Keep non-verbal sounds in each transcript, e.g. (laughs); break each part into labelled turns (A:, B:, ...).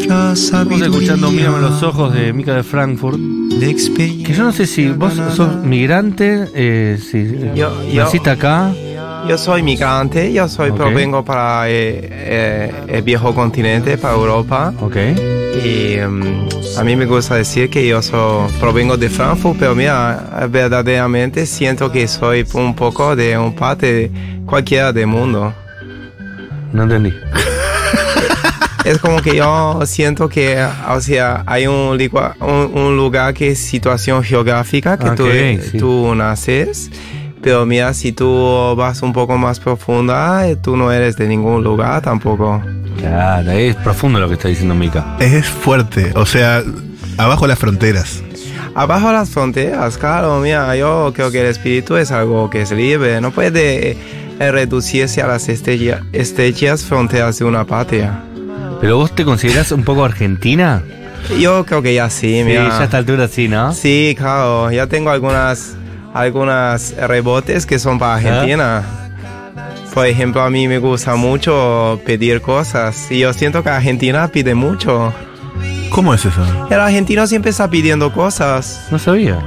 A: Estamos escuchando Mírame los ojos de Mica de Frankfurt. Que yo no sé si vos sos migrante, eh, si
B: Yo- yo-
A: naciste acá.
B: Yo soy migrante, yo soy
A: Ok.
B: provengo para eh, eh, el viejo continente, para Europa.
A: Ok.
B: Y em, a mí me gusta decir que yo so- provengo de Frankfurt, pero mira, verdaderamente siento que soy un poco de un parte de cualquiera del mundo.
A: No entendí.
B: Es como que yo siento que, o sea, hay un, ligua- un, un lugar que es situación geográfica que
A: Ok,
B: tú, eh,
A: sí.
B: tú naces, pero mira, si tú vas un poco más profunda, eh, tú no eres de ningún lugar tampoco.
A: Claro, es profundo lo que está diciendo Mica.
C: Es fuerte, o sea, abajo las fronteras.
B: Abajo las fronteras, claro, mira, yo creo que el espíritu es algo que es libre, no puede eh, reducirse a las estrella- estrechas fronteras de una patria.
A: Pero vos te considerás un poco argentina?
B: Yo creo que ya sí,
A: Sí,
B: mira.
A: ya a esta altura sí, ¿no?
B: Sí, claro, ya tengo algunas, algunas rebotes que son para
A: Ah.
B: Argentina. Por ejemplo, a mí me gusta mucho pedir cosas y yo siento que Argentina pide mucho.
C: ¿Cómo es eso?
B: El argentino siempre está pidiendo cosas.
A: No sabía.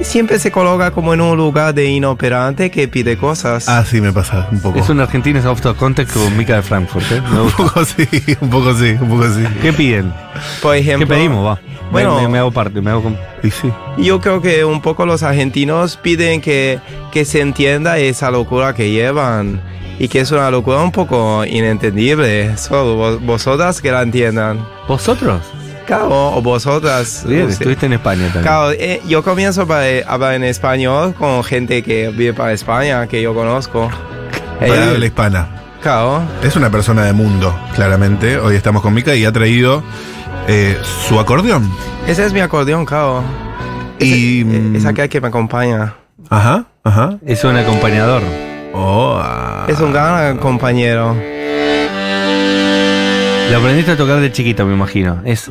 B: Siempre se coloca como en un lugar de inoperante que pide cosas.
C: Ah, sí, me pasa un poco.
A: Es un argentino out of context con Mica de Frankfurt, ¿eh?
C: (laughs)
A: Me
C: Un
B: (laughs)
A: gusta.
C: poco sí, un poco sí, un poco sí.
A: ¿Qué piden?
B: Por
A: ¿Qué
B: ejemplo,
A: pedimos? Va. Bueno,
B: Bueno.
A: me, me hago parte, me hago. con-
C: Y sí.
A: Eh,
B: yo creo que un poco los argentinos piden que, que se entienda esa locura que llevan y que es una locura un poco inentendible. Solo vos- vosotras que la entiendan.
A: ¿Vosotros?
B: Claro, o vosotras.
A: Bien,
B: no sé.
A: estuviste en España también.
B: Claro, eh, yo comienzo para eh, hablar en español con gente que vive para España, que yo conozco.
C: Para
B: Eh,
C: habla hispana.
B: claro,
C: Es una persona de mundo, claramente. Hoy estamos con Mica y ha traído eh, su acordeón.
B: ese es mi acordeón, claro.
C: Y.
B: Eh, Es
C: mm,
B: aquel que me acompaña.
C: Ajá, ajá.
A: Es un acompañador.
C: Oh, ah.
B: Es un gran compañero.
A: Lo aprendiste a tocar de chiquito, me imagino. Es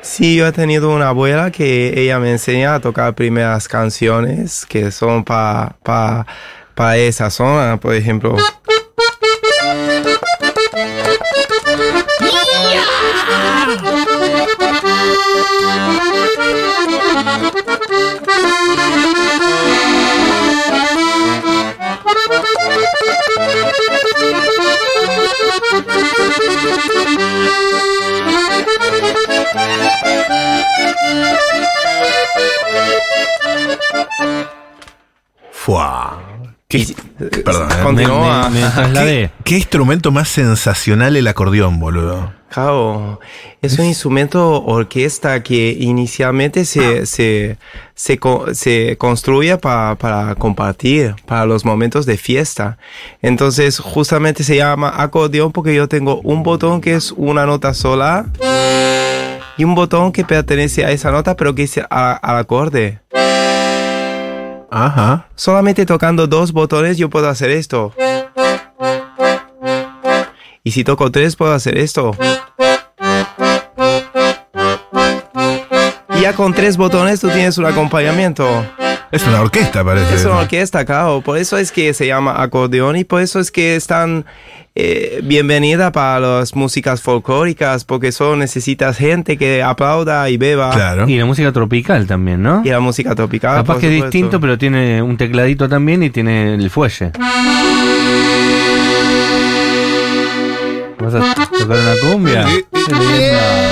B: Sí, yo he tenido una abuela que ella me enseña a tocar primeras canciones que son para pa, pa esa zona, por ejemplo.
C: Fuá. ¿Qué, perdón, eh.
A: me,
B: Continúa.
A: me- me
C: ¿Qué,
B: (laughs)
A: trasladé.
C: qué instrumento más sensacional el acordeón, boludo?
B: Claro, es un instrumento orquesta que inicialmente se, se, se, co- se construye pa- para compartir, para los momentos de fiesta. Entonces, justamente se llama acordeón porque yo tengo un botón que es una nota sola y un botón que pertenece a esa nota, pero que es a- al acorde.
C: Ajá.
B: Solamente tocando dos botones yo puedo hacer esto. Y si toco tres puedo hacer esto. Y ya con tres botones tú tienes un acompañamiento.
C: Es una orquesta, parece.
B: Es una orquesta, claro. Por eso es que se llama acordeón y por eso es que es tan eh, bienvenida para las músicas folclóricas, porque solo necesitas gente que aplauda y beba.
C: Claro.
A: Y la música tropical también, ¿no?
B: Y la música tropical.
A: Capaz
B: por
A: que es
B: supuesto.
A: distinto, pero tiene un tecladito también y tiene el fuelle. ¿Vas a tocar una cumbia? Qué linda.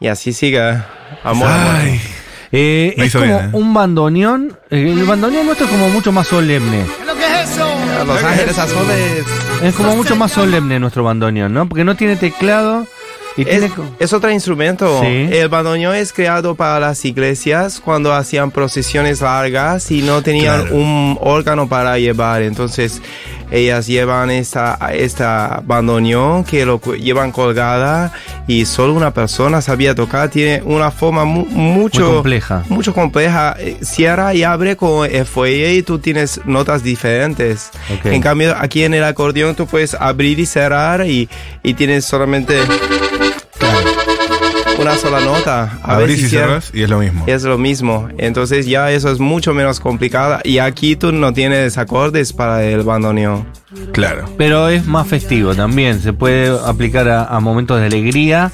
B: Y así sigue. Amor. amor.
C: Ay,
A: Eh,
C: Me
A: es
C: hizo
A: como
C: bien, ¿eh?
A: un bandoneón. Eh, El bandoneón nuestro es como mucho más solemne.
B: Los Ángeles Azules.
A: Es como mucho más solemne nuestro bandoneón, ¿no? Porque no tiene teclado y tiene.
B: Es,
A: co-
B: es otro instrumento.
A: Sí.
B: El bandoneón es creado para las iglesias cuando hacían procesiones largas y no tenían
C: Claro.
B: un órgano para llevar. Entonces, Ellas llevan esta, esta bandoneón que lo cu- llevan colgada y solo una persona sabía tocar. Tiene una forma mu- mucho,
A: Muy compleja.
B: mucho compleja. Eh, Cierra y abre con el fuelle y tú tienes notas diferentes.
A: Ok.
B: En cambio, aquí en el acordeón tú puedes abrir y cerrar y, y tienes solamente una sola nota. A
C: Abrís
B: veces
C: y
B: cierra-
C: cerrás y es lo mismo.
B: es lo mismo. Entonces ya eso es mucho menos complicado. Y aquí tú no tienes acordes para el bandoneón.
C: Claro.
A: Pero es más festivo también, se puede aplicar a, a momentos de alegría,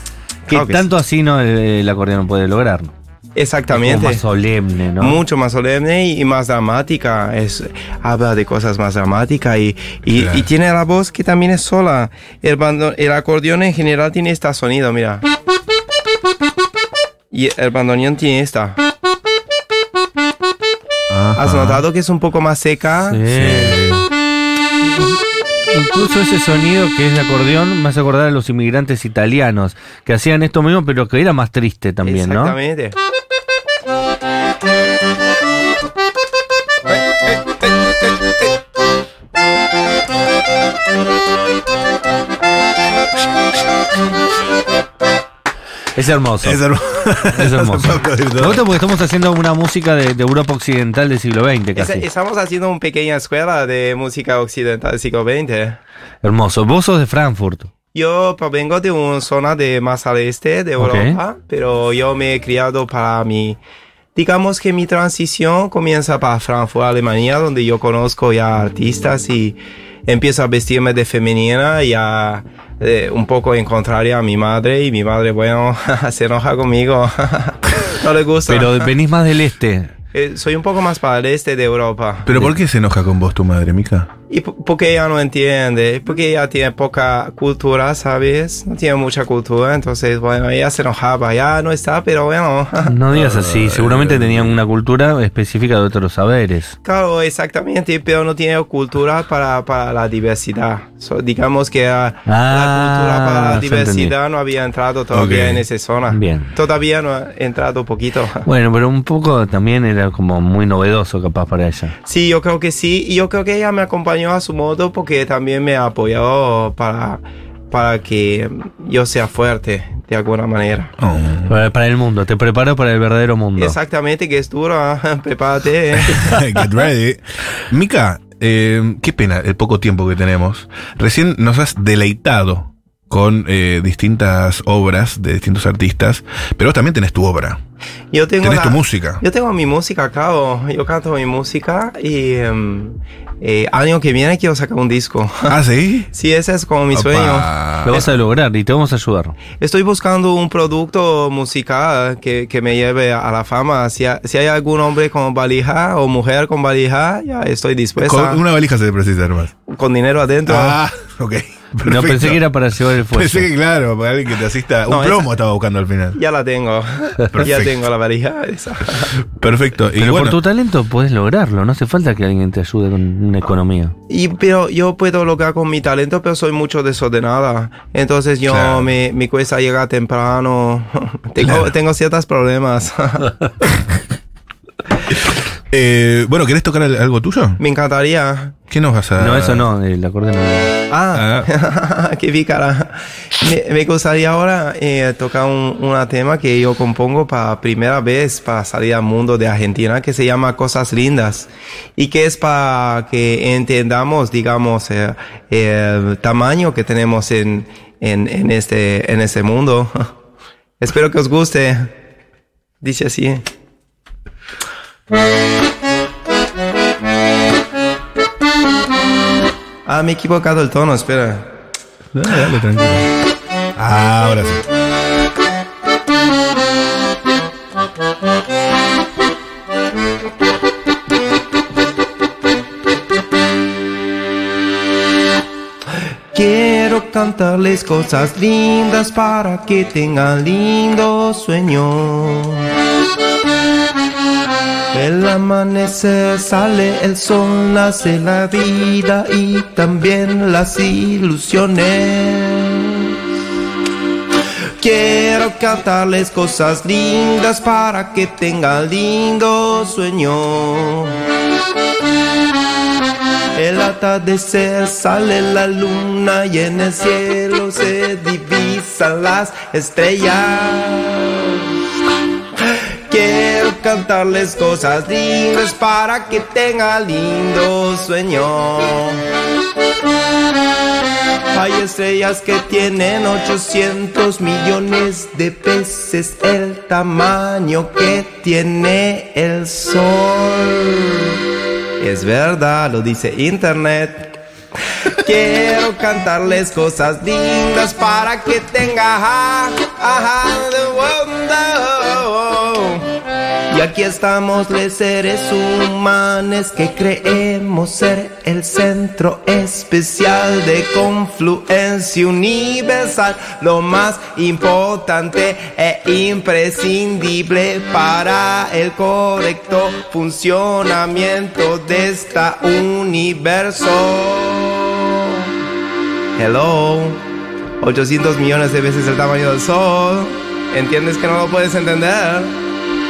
A: que
B: Claro que
A: tanto así no el, el acordeón puede lograr. ¿no? Como
B: Exactamente.
A: más solemne, ¿no?
B: Mucho más solemne y, y más dramática. Es, habla de cosas más dramáticas y, y-
C: Claro.
B: y tiene la voz que también es sola. El, bando- el acordeón en general tiene este sonido, mira. Y el bandoneón tiene esta.
C: Ajá.
B: ¿Has notado que es un poco más seca?
A: Sí.
C: Sí.
A: Incluso ese sonido que es de acordeón me hace acordar a los inmigrantes italianos, que hacían esto mismo, pero que era más triste también, ¿no?
B: Exactamente.
A: Es hermoso.
C: Es
A: Es,
C: hermoso. (laughs)
A: hermoso.
C: aplaudir todo.
A: Me gusta porque estamos haciendo una música de, de Europa Occidental del siglo XX
B: Es-
A: casi.
B: estamos haciendo una pequeña escuela de música occidental del siglo XX.
A: Hermoso. Vos sos de Frankfurt.
B: Yo provengo de una zona de más al este de
A: Ok.
B: Europa, pero yo me he criado para mi... Digamos que mi transición comienza para Frankfurt, Alemania, donde yo conozco ya artistas y empiezo a vestirme de femenina y a eh, un poco en contraria a mi madre y mi madre, bueno, (laughs) se enoja conmigo. (laughs) no le gusta.
A: Pero venís más del este.
B: Eh, soy un poco más para el este de Europa.
C: ¿Pero por qué se enoja con vos tu madre, Mica?
B: Y po- porque ella no entiende, porque ella tiene poca cultura, ¿sabes? No tiene mucha cultura, entonces, bueno, ella se enojaba, ya no está, pero bueno. (laughs)
A: No digas así.
B: Eh.
A: Seguramente tenían una cultura específica de otros saberes.
B: claro, exactamente, pero no tiene cultura para, para la diversidad. So, digamos que ah, la cultura para
A: ya
B: la
A: entendí.
B: diversidad no había entrado todavía
C: Ok.
B: en esa zona.
A: Bien.
B: Todavía no ha entrado poquito. (laughs)
A: Bueno, pero un poco también era como muy novedoso capaz para ella.
B: Sí, yo creo que sí. Y yo creo que ella me acompañó a su modo porque también me ha apoyado para, para que yo sea fuerte de alguna manera.
C: Oh. (laughs)
A: Para, para el mundo, te preparo para el verdadero mundo.
B: Exactamente, que es dura. (laughs) Prepárate. eh.
C: Get ready. Mica, eh, qué pena el poco tiempo que tenemos. Recién nos has deleitado con eh, distintas obras de distintos artistas, pero vos también tenés tu obra,
B: Yo tengo
C: tenés
B: la-
C: tu música.
B: Yo tengo mi música, claro. Yo canto mi música y em, eh, año que viene quiero sacar un disco.
C: ¿Ah, sí?
B: Sí, ese es como mi
C: Opa.
B: sueño.
A: Lo vas a lograr y te vamos a ayudar.
B: Estoy buscando un producto musical que, que me lleve a la fama. Si, ha- si hay algún hombre con valija o mujer con valija, ya estoy
C: Con
B: dispuesta.
C: una valija se te precisa, hermano.
B: Con, dinero adentro.
C: Ah, (laughs) ok.
A: No
C: perfecto.
A: pensé que era para llevar el
C: (laughs)
A: fuego.
C: Pensé que, claro, para alguien que te asista.
B: No,
C: un
B: esa-
C: plomo estaba buscando al final.
B: Ya la tengo. (laughs)
C: Perfecto.
B: Ya tengo la valija. esa.
C: Perfecto. Y
A: Pero
C: bueno,
A: por tu talento puedes lograrlo, no hace falta que alguien te ayude con una economía.
B: Y pero yo puedo lograr con mi talento, pero soy mucho desordenada. Entonces yo
C: Claro.
B: me, me cuesta llegar temprano. (laughs) tengo,
C: Claro.
B: tengo
C: (laughs)
B: ciertos problemas.
C: eh, bueno, ¿querés tocar al- algo tuyo?
B: me encantaría.
C: ¿Qué nos vas a.?
A: No, eso no, el acorde no.
B: Ah, (laughs) qué pícara. Me, me gustaría ahora eh, tocar un, un tema que yo compongo para primera vez para salir al mundo de Argentina que se llama Cosas Lindas y que es para que entendamos, digamos, eh, el tamaño que tenemos en, en, en este, en este mundo. (laughs) Espero que os guste. Dice así. Ah, me he equivocado el tono, espera.
C: No, dale, tranquilo. Ah, ahora sí.
B: Quiero cantarles cosas lindas para que tengan lindo sueño. El amanecer sale el sol, nace la vida y también las ilusiones. Quiero cantarles cosas lindas para que tengan lindo sueño. El atardecer sale la luna y en el cielo se divisan las estrellas. Quiero cantarles cosas lindas para que tenga lindo sueño. Hay estrellas que tienen 800 millones de veces el tamaño que tiene el sol. Es verdad, lo dice Internet. Quiero cantarles cosas lindas para que tenga ajá, ajá, the wonder. Y aquí estamos los seres humanos que creemos ser el centro especial de confluencia universal, lo más importante e imprescindible para el correcto funcionamiento de esta universo. Hello, 800 millones de veces el tamaño del sol. ¿Entiendes que no lo puedes entender?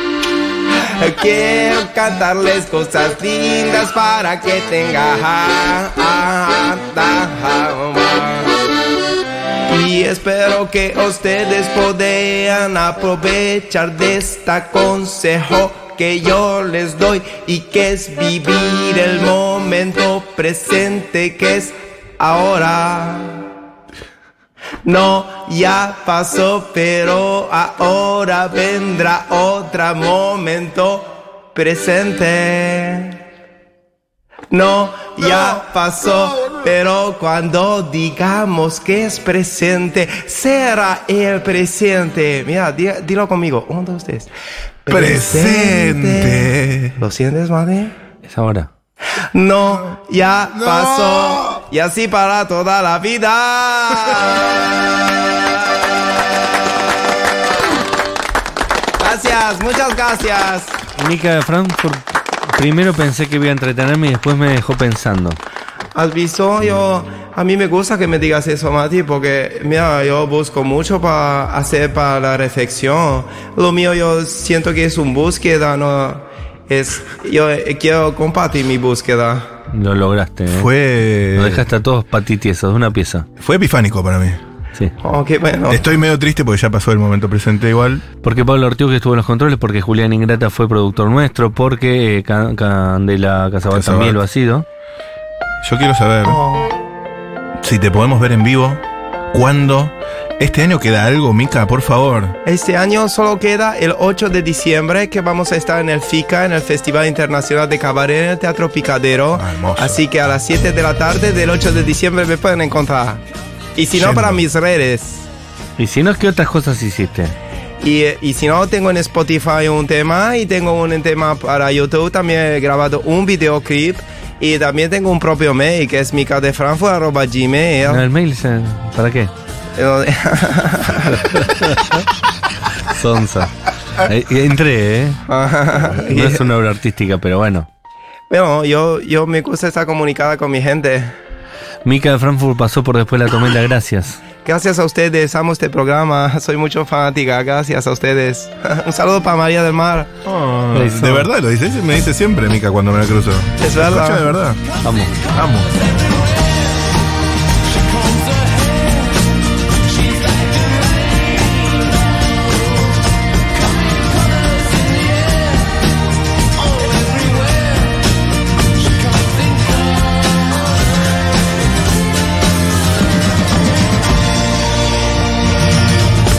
B: (laughs) Quiero cantarles cosas lindas para que tenga ja, ja, ja, ja. Y espero que ustedes puedan aprovechar de este consejo que yo les doy y que es vivir el momento presente que es ahora. No, ya pasó, pero ahora vendrá otro momento presente. No, ya pasó, pero cuando digamos que es presente, será el presente. Mira, di- dilo conmigo. Uno, dos, tres.
C: Presente.
B: ¿Lo sientes, madre?
A: Es ahora.
B: No, ya pasó. Y así para toda la vida. Gracias, muchas gracias.
A: Mica de Frankfurt, primero pensé que iba a entretenerme y después me dejó pensando.
B: Has visto, yo, a mí me gusta que me digas eso, Mati, porque mira, yo busco mucho para hacer para la reflexión. Lo mío yo siento que es una búsqueda, no es, yo eh, quiero compartir mi búsqueda.
A: Lo lograste, ¿eh?
C: Fue.
A: Lo dejaste a todos patitiesos de una pieza.
C: Fue epifánico para mí.
A: Sí.
B: Oh, qué bueno.
C: Estoy medio triste porque ya pasó el momento presente igual.
A: Porque Pablo Ortiz que estuvo en los controles, porque Julián Ingrata fue productor nuestro, porque eh, Can- Candela Casabal
C: Casabal.
A: también lo ha sido.
C: Yo quiero saber
B: Oh.
C: si te podemos ver en vivo. ¿Cuándo? Este año queda algo, Mica, por favor.
B: Este año solo queda el 8 de diciembre que vamos a estar en el FICA, en el Festival Internacional de Cabaret, en el Teatro Picadero.
C: Ah, hermoso.
B: Así que a las 7 de la tarde del 8 de diciembre me pueden encontrar. Y si no,
C: Yendo.
B: para mis redes.
A: Y si no, ¿qué otras cosas hiciste?
B: Y, y si no, tengo en Spotify un tema y tengo un tema para YouTube. También he grabado un videoclip y también tengo un propio mail que es micadefranfo.gmail.
A: No, ¿El mail? se- ¿Para qué? Sonsa. Eh, entré, (laughs) ¿eh? No es una obra artística, pero bueno.
B: (laughs) bueno, yo, yo me gusta estar comunicada con mi gente.
A: Mica de Frankfurt pasó por después de la tormenta, gracias.
B: Gracias a ustedes, amo este programa, (laughs) soy mucho fanática, gracias a ustedes. (laughs) Un saludo para María del Mar.
A: Eso.
C: de verdad, lo dices, me dice siempre, Mica, cuando me la cruzo.
B: Ah. Es verdad.
C: Escucha, de verdad.
A: Vamos.
C: Vamos.